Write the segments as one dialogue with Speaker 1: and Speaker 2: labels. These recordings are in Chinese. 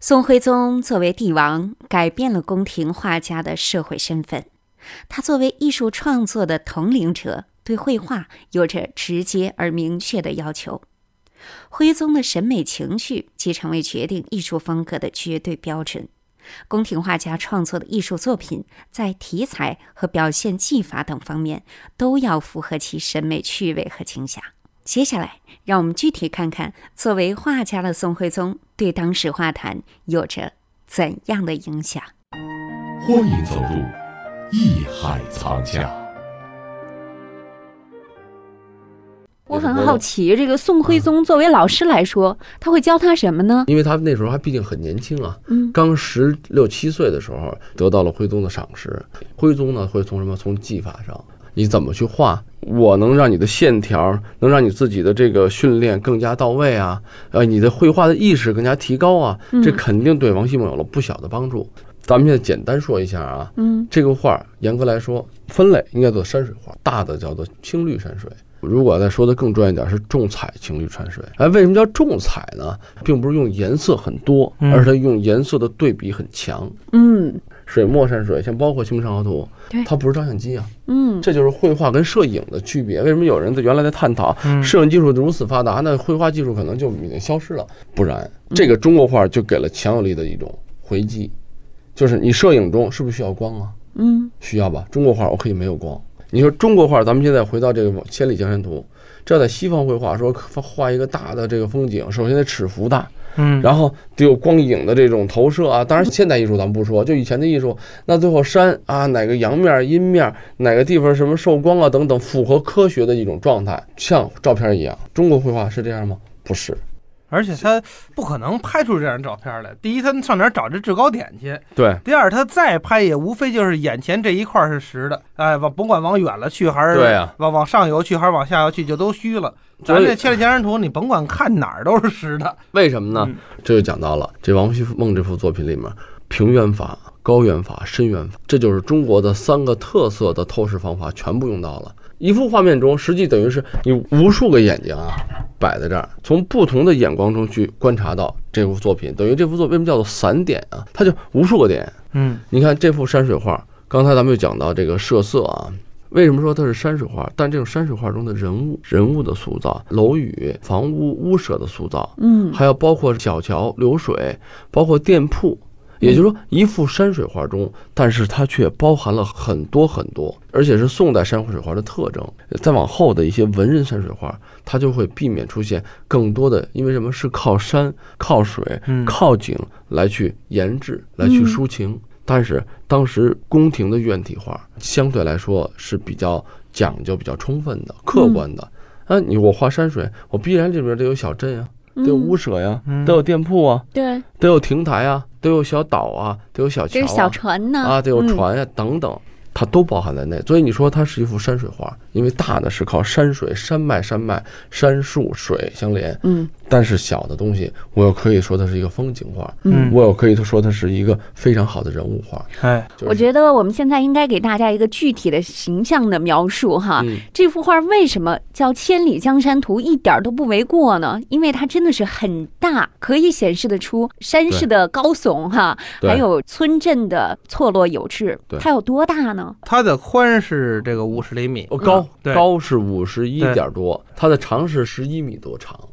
Speaker 1: 宋徽宗作为帝王，改变了宫廷画家的社会身份。他作为艺术创作的统领者，对绘画有着直接而明确的要求。徽宗的审美情绪即成为决定艺术风格的绝对标准。宫廷画家创作的艺术作品，在题材和表现技法等方面都要符合其审美趣味和倾向。接下来，让我们具体看看作为画家的宋徽宗对当时画坛有着怎样的影响。
Speaker 2: 欢迎走入艺海藏家。
Speaker 3: 我很好奇，这个宋徽宗作为老师来说，他会教他什么呢？
Speaker 4: 因为他那时候还毕竟很年轻啊，
Speaker 3: 嗯
Speaker 4: 刚十六七岁的时候得到了徽宗的赏识。徽宗呢会从什么？从技法上，你怎么去画？我能让你的线条，能让你自己的这个训练更加到位啊，呃，你的绘画的意识更加提高啊，
Speaker 3: 嗯
Speaker 4: 这肯定对王希孟有了不小的帮助。咱们现在简单说一下啊，
Speaker 3: 嗯，
Speaker 4: 这个画儿严格来说分类应该做山水画，大的叫做青绿山水。如果再说的更专业点，是重彩青绿山水。哎，为什么叫重彩呢？并不是用颜色很多，
Speaker 5: 嗯
Speaker 4: 而是它用颜色的对比很强。
Speaker 3: 嗯
Speaker 4: 水墨山水，像包括清明上河图
Speaker 3: 对，
Speaker 4: 它不是照相机啊，
Speaker 3: 嗯，
Speaker 4: 这就是绘画跟摄影的区别。为什么有人在原来在探讨
Speaker 5: 嗯
Speaker 4: 摄影技术如此发达，那绘画技术可能就已经消失了？不然，
Speaker 5: 嗯
Speaker 4: 这个中国画就给了强有力的一种回击，就是你摄影中是不是需要光啊？
Speaker 3: 嗯
Speaker 4: 需要吧？中国画我可以没有光。你说中国画，咱们现在回到这个《千里江山图》，这要在西方绘画说画一个大的这个风景，首先得尺幅大，
Speaker 5: 嗯，
Speaker 4: 然后得有光影的这种投射啊。当然，现代艺术咱们不说，就以前的艺术，那最后山啊，哪个阳面儿、阴面儿，哪个地方什么受光啊等等，符合科学的一种状态，像照片一样。中国绘画是这样吗？不是，
Speaker 5: 而且他不可能拍出这张照片来。第一，他上哪儿找这制高点去？
Speaker 4: 对，
Speaker 5: 第二，他再拍也无非就是眼前这一块是实的，哎，往甭管往远了去还是
Speaker 4: 对啊
Speaker 5: 往往上游去还是往下游去，就都虚了。咱
Speaker 4: 所以
Speaker 5: 这《千里江山图》，你甭管看哪儿都是实的。
Speaker 4: 为什么呢？
Speaker 5: 嗯
Speaker 4: 这就讲到了这王希孟这幅作品里面，平原法、高原法、深原法，这就是中国的三个特色的透视方法全部用到了。一幅画面中，实际等于是你无数个眼睛啊摆在这儿，从不同的眼光中去观察到这幅作品。等于这幅作品为什么叫做散点啊？它就无数个点。
Speaker 5: 嗯
Speaker 4: 你看这幅山水画，刚才咱们就讲到这个设色啊。为什么说它是山水画？但这种山水画中的人物、人物的塑造、楼宇、房屋、屋舍的塑造，
Speaker 3: 嗯
Speaker 4: 还有包括小桥流水，包括店铺。也就是说，一幅山水画中，但是它却包含了很多很多，而且是宋代山水画的特征。再往后的一些文人山水画，它就会避免出现更多的，因为什么是靠山、靠水、
Speaker 5: 嗯
Speaker 4: 靠景来去研制、来去抒情。但是当时宫廷的院体画相对来说是比较讲究、比较充分的、客观的。啊，你我画山水，我必然里边得有小镇啊，
Speaker 3: 嗯
Speaker 4: 得有屋舍呀，
Speaker 5: 嗯
Speaker 4: 得有店铺啊，
Speaker 3: 对，
Speaker 4: 得有亭台啊，得有小岛啊，得有小桥
Speaker 3: 这是小
Speaker 4: 啊，
Speaker 3: 船嗯呢
Speaker 4: 啊，得有，船呀、等等，它都包含在内。所以你说它是一幅山水画，因为大的是靠山水、山脉、山脉、山树、水相连，
Speaker 3: 嗯
Speaker 4: 但是小的东西，我又可以说它是一个风景画，
Speaker 3: 嗯。
Speaker 4: 我又可以说它是一个非常好的人物画。
Speaker 5: 哎，
Speaker 4: 就是、
Speaker 3: 我觉得我们现在应该给大家一个具体的形象的描述哈，
Speaker 4: 嗯
Speaker 3: 这幅画为什么叫《千里江山图》一点儿都不为过呢？因为它真的是很大，可以显示得出山势的高耸哈，
Speaker 4: 对
Speaker 3: 还有村镇的错落有致
Speaker 4: 对。
Speaker 3: 它有多大呢？
Speaker 5: 它的宽是这个五十厘米
Speaker 4: 哦，高、
Speaker 3: 嗯
Speaker 5: 对
Speaker 4: 高是五十一点多，它的长是十一米多长。
Speaker 3: 嗯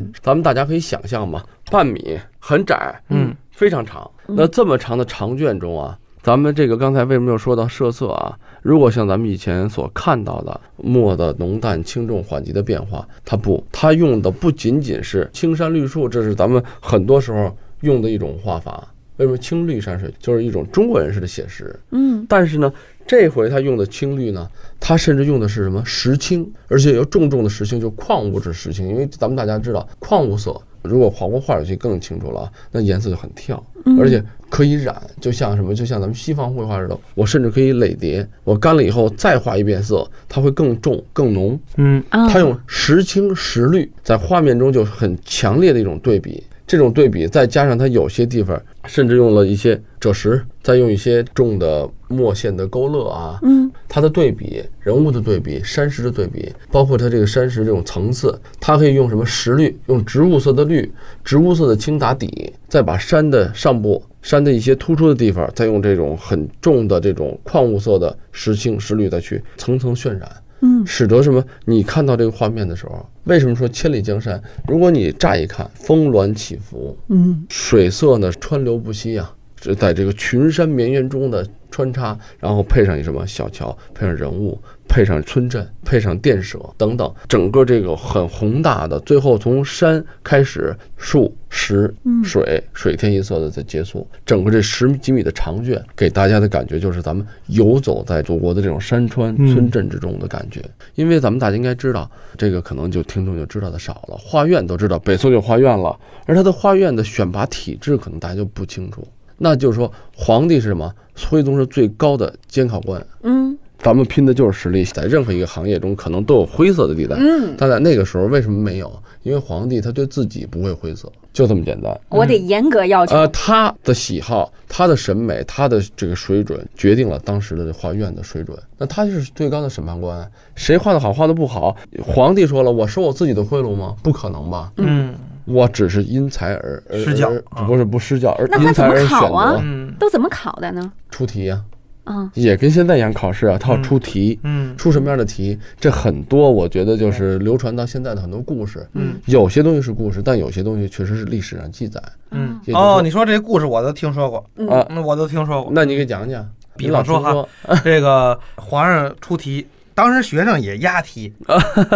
Speaker 5: 嗯
Speaker 4: 咱们大家可以想象嘛，半米很窄，
Speaker 5: 嗯，
Speaker 4: 非常长。那这么长的长卷中啊，咱们这个刚才为什么又说到设色啊？如果像咱们以前所看到的墨的浓淡轻重缓急的变化，它不，它用的不仅仅是青山绿树，这是咱们很多时候用的一种画法。为什么青绿山水就是一种中国人式的写实？
Speaker 3: 嗯
Speaker 4: 但是呢，这回他用的青绿呢，他甚至用的是什么石青，而且有重重的石青，就矿物质石青。因为咱们大家知道，矿物色如果画过画就更清楚了啊，那颜色就很跳，而且可以染，就像什么，就像咱们西方绘画似的，我甚至可以垒叠，我干了以后再画一遍色，它会更重更浓。
Speaker 5: 嗯
Speaker 3: 啊，
Speaker 4: 它用时青时绿在画面中就很强烈的一种对比。这种对比，再加上它有些地方甚至用了一些赭石，再用一些重的墨线的勾勒啊，
Speaker 1: 嗯，
Speaker 4: 它的对比、人物的对比、山石的对比，包括它这个山石这种层次，它可以用什么石绿，用植物色的绿、植物色的青打底，再把山的上部、山的一些突出的地方，再用这种很重的这种矿物色的石青、石绿再去层层渲染。
Speaker 1: 嗯
Speaker 4: 使得什么？你看到这个画面的时候，为什么说千里江山？如果你乍一看峰峦起伏，
Speaker 1: 嗯
Speaker 4: 水色呢川流不息啊，是在这个群山绵延中的穿插，然后配上一什么小桥，配上人物，配上村镇，配上电舍等等，整个这个很宏大的，最后从山开始，树、石、水，水天一色的在结束，整个这十几米的长卷，给大家的感觉就是咱们游走在祖国的这种山川
Speaker 5: 嗯
Speaker 4: 村镇之中的感觉。因为咱们大家应该知道，这个可能就听众就知道的少了，画院都知道，北宋有画院了。而他的画院的选拔体制可能大家就不清楚。那就是说，皇帝是什么？徽宗是最高的监考官。
Speaker 3: 嗯
Speaker 4: 咱们拼的就是实力，在任何一个行业中，可能都有灰色的地带。
Speaker 3: 嗯，
Speaker 4: 但在那个时候，为什么没有？因为皇帝他对自己不会灰色，就这么简单。
Speaker 3: 我得严格要求。
Speaker 4: 呃，他的喜好、他的审美、他的这个水准，决定了当时的画院的水准。那他就是最高的审判官，谁画的好，画的不好，皇帝说了，我收我自己的贿赂吗？不可能吧？
Speaker 5: 嗯
Speaker 4: 我只是因材而而
Speaker 5: 施教
Speaker 4: 而
Speaker 5: 啊
Speaker 4: 不是不施教，而
Speaker 3: 那他
Speaker 4: 因材而
Speaker 3: 怎么
Speaker 4: 选
Speaker 3: 考啊
Speaker 4: 择
Speaker 5: 嗯
Speaker 3: 都怎么考的呢？
Speaker 4: 出题啊，
Speaker 3: 啊，
Speaker 4: 也跟现在一样考试啊，他要出题，
Speaker 5: 嗯
Speaker 4: 出什么样的题？这很多，我觉得就是流传到现在的很多故事，
Speaker 5: 嗯
Speaker 4: 有些东西是故事，但有些东西确实是历史上记载。
Speaker 5: 嗯
Speaker 4: 也就是
Speaker 5: 哦
Speaker 4: 说，
Speaker 5: 你说这故事我都听说过，
Speaker 3: 嗯
Speaker 4: 啊，
Speaker 5: 那我都听说过。
Speaker 4: 那你给讲讲，
Speaker 5: 比
Speaker 4: 你老
Speaker 5: 方说啊
Speaker 4: 听说
Speaker 5: 这个皇上出题，当时学生也 押题，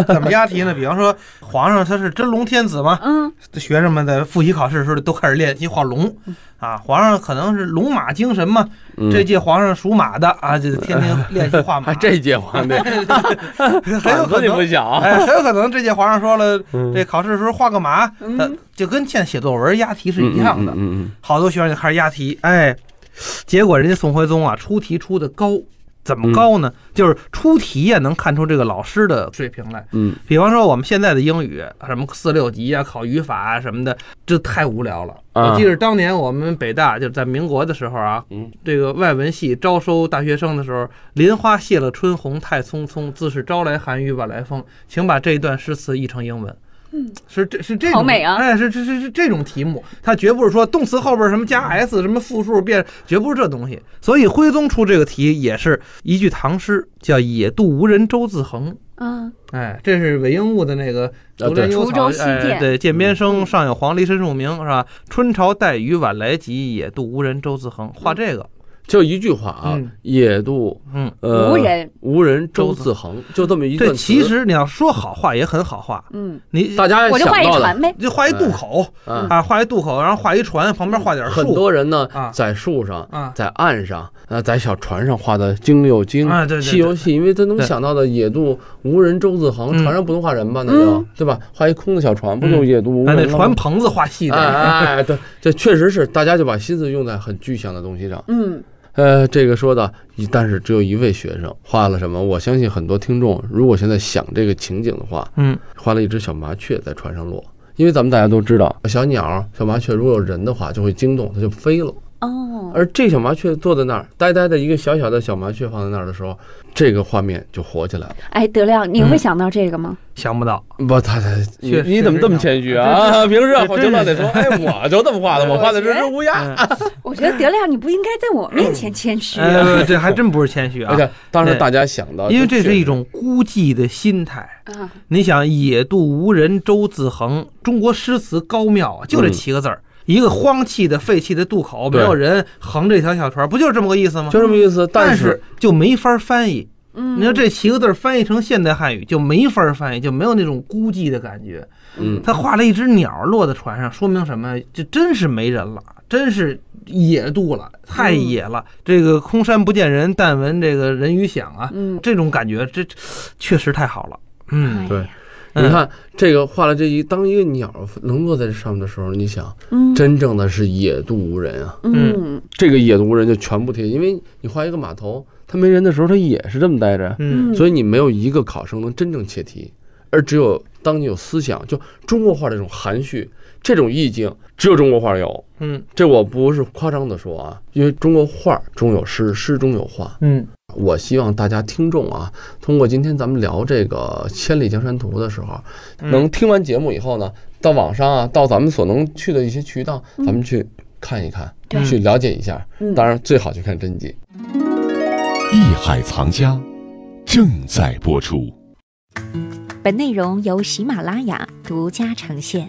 Speaker 5: 怎么押题呢？比方说皇上他是真龙天子嘛，
Speaker 3: 嗯
Speaker 5: 学生们在复习考试的时候都开始练习画龙啊。皇上可能是龙马精神嘛，
Speaker 4: 嗯
Speaker 5: 这届皇上属马的 啊，就天天练习 画马。
Speaker 4: 啊这届皇 帝
Speaker 5: 很有可
Speaker 4: 胆子你不
Speaker 5: 能，
Speaker 4: 小啊，
Speaker 5: 哎，很有可能这届皇上说了，
Speaker 4: 嗯
Speaker 5: 这考试的时候画个马，呃就跟现在写作文押题是一样的
Speaker 4: 嗯。嗯嗯
Speaker 5: 好多学生就开始押题，哎，结果人家宋徽宗啊出题出的高，怎么高
Speaker 4: 嗯
Speaker 5: 呢？就是出题呀、能看出这个老师的水平来。
Speaker 4: 嗯
Speaker 5: 比方说我们现在的英语，什么四六级啊，考语法啊什么的，这太无聊了。
Speaker 4: 啊
Speaker 5: 我记得当年我们北大就是在民国的时候啊，
Speaker 4: 嗯
Speaker 5: 这个外文系招收大学生的时候，“林花谢了春红太匆匆，自是朝来寒雨晚来风”，请把这一段诗词译成英文。嗯，是这是这种
Speaker 3: 好美啊
Speaker 5: 哎，是是是是这种题目，它绝不是说动词后边什么
Speaker 3: 嗯
Speaker 5: 加 s 什么复数变，绝不是这东西。所以徽宗出这个题也是一句唐诗，叫“野渡无人舟自横”。
Speaker 3: 嗯
Speaker 5: 哎，这是韦应物的那个
Speaker 4: 啊
Speaker 5: “竹
Speaker 4: 对
Speaker 5: 帘
Speaker 4: 嗯
Speaker 5: 幽
Speaker 3: 滁
Speaker 5: 草
Speaker 3: 州西
Speaker 5: 哎
Speaker 3: 涧
Speaker 5: 对，涧边生，上有黄鹂深树鸣，是吧？春潮带雨晚来急，野渡无人舟自横。
Speaker 4: 嗯
Speaker 5: 画这个，
Speaker 4: 就一句话啊
Speaker 5: 嗯，
Speaker 4: 野渡
Speaker 5: 嗯，
Speaker 4: 呃
Speaker 3: 无人
Speaker 4: 无人舟自横，就这么一段
Speaker 5: 这
Speaker 4: 词。
Speaker 5: 其实你要说好画也很好画，
Speaker 3: 嗯，
Speaker 5: 你
Speaker 4: 大家
Speaker 3: 我就
Speaker 4: 想
Speaker 3: 画一
Speaker 4: 到
Speaker 3: 船
Speaker 4: 的
Speaker 3: 呗。
Speaker 5: 就画一渡口
Speaker 4: 嗯
Speaker 5: 啊，画一渡口，然后画一船，旁边画点
Speaker 4: 很
Speaker 5: 树。
Speaker 4: 多人呢
Speaker 5: 啊，
Speaker 4: 在树上
Speaker 5: 啊，
Speaker 4: 在岸上，呃，在小船上画的精又精
Speaker 5: 啊对对，对
Speaker 4: 戏又戏，因为他能
Speaker 5: 对
Speaker 4: 想到的野渡无人舟自横，
Speaker 5: 嗯
Speaker 4: 船上不能画人吧？那就对吧？画一空的小船，不就野渡无
Speaker 5: 哎，那
Speaker 4: 人了
Speaker 5: 船
Speaker 4: 吗？
Speaker 5: 棚子画细
Speaker 4: 哎
Speaker 5: 点，
Speaker 4: 哎哎，对，这确实是大家就把心思用在很具象的东西上。
Speaker 3: 嗯
Speaker 4: 呃，这个说的，但是只有一位学生画了什么？我相信很多听众，如果现在想这个情景的话，
Speaker 5: 嗯，
Speaker 4: 画了一只小麻雀在船上落。因为咱们大家都知道，呃小鸟、小麻雀如果有人的话，就会惊动，它就飞了。
Speaker 3: 哦，
Speaker 4: 而这小麻雀坐在那儿，呆呆的一个小小的小麻雀放在那儿的时候，这个画面就火起来了。
Speaker 3: 哎，德亮，你会想到这个吗？
Speaker 5: 想不到，
Speaker 4: 不，他他，你
Speaker 5: 确实
Speaker 4: 你怎么这么
Speaker 5: 是这样
Speaker 4: 谦虚啊？平时啊
Speaker 5: 这
Speaker 4: 我就
Speaker 5: 真
Speaker 4: 乱
Speaker 5: 是
Speaker 4: 得说，哎，我就这么画的，我画的是只
Speaker 3: 我
Speaker 4: 乌鸦。
Speaker 5: 哎
Speaker 3: 我觉得德亮，你不应该在我面前谦虚啊。
Speaker 5: 呃，这还真不是谦虚啊
Speaker 4: 而，且当时
Speaker 5: 对
Speaker 4: 大家想到，
Speaker 5: 因为这
Speaker 4: 确
Speaker 5: 是一
Speaker 4: 实
Speaker 5: 种孤寂的心态。
Speaker 3: 啊，
Speaker 5: 你想“野渡无人舟自横”，中国诗词高妙啊，就这七个字儿，一个荒弃的、废弃的渡口，没
Speaker 4: 嗯对
Speaker 5: 有人横这条小船，不就是这么个意思吗？
Speaker 4: 就这么意思，
Speaker 5: 但
Speaker 4: 但是
Speaker 5: 就没法翻译。
Speaker 3: 嗯
Speaker 5: 你说这七个字儿翻译成现代汉语就没法翻译，就没有那种孤寂的感觉。
Speaker 4: 嗯，
Speaker 5: 他画了一只鸟落在船上，说明什么？这真是没人了，真是野渡了，太野了。这个空山不见人，但闻这个人语响啊，
Speaker 3: 嗯，
Speaker 5: 这种感觉，这这确实太好了。嗯，
Speaker 4: 对
Speaker 3: 哎呀，
Speaker 5: 嗯
Speaker 4: 你看这个画了这一，当一个鸟能落在这上面的时候，你想，
Speaker 3: 嗯
Speaker 4: 真正的是野渡无人啊！
Speaker 3: 嗯
Speaker 4: 这个野渡无人就全部贴，因为你画一个码头，它没人的时候，它也是这么待着，
Speaker 5: 嗯
Speaker 4: 所以你没有一个考生能真正切题，而只有当你有思想，就中国画这种含蓄、这种意境，只有中国画有。
Speaker 5: 嗯
Speaker 4: 这我不是夸张的说啊，因为中国画中有诗，诗中有画。
Speaker 5: 嗯
Speaker 4: 我希望大家听众啊，通过今天咱们聊这个《千里江山图》的时候，
Speaker 5: 嗯
Speaker 4: 能听完节目以后呢，到网上啊，到咱们所能去的一些渠道，咱们去看一看，
Speaker 5: 嗯对
Speaker 4: 去了解一下。
Speaker 3: 嗯
Speaker 4: 当然，最好去看真迹。
Speaker 2: 艺海藏家正在播出。
Speaker 1: 本内容由喜马拉雅独家呈现。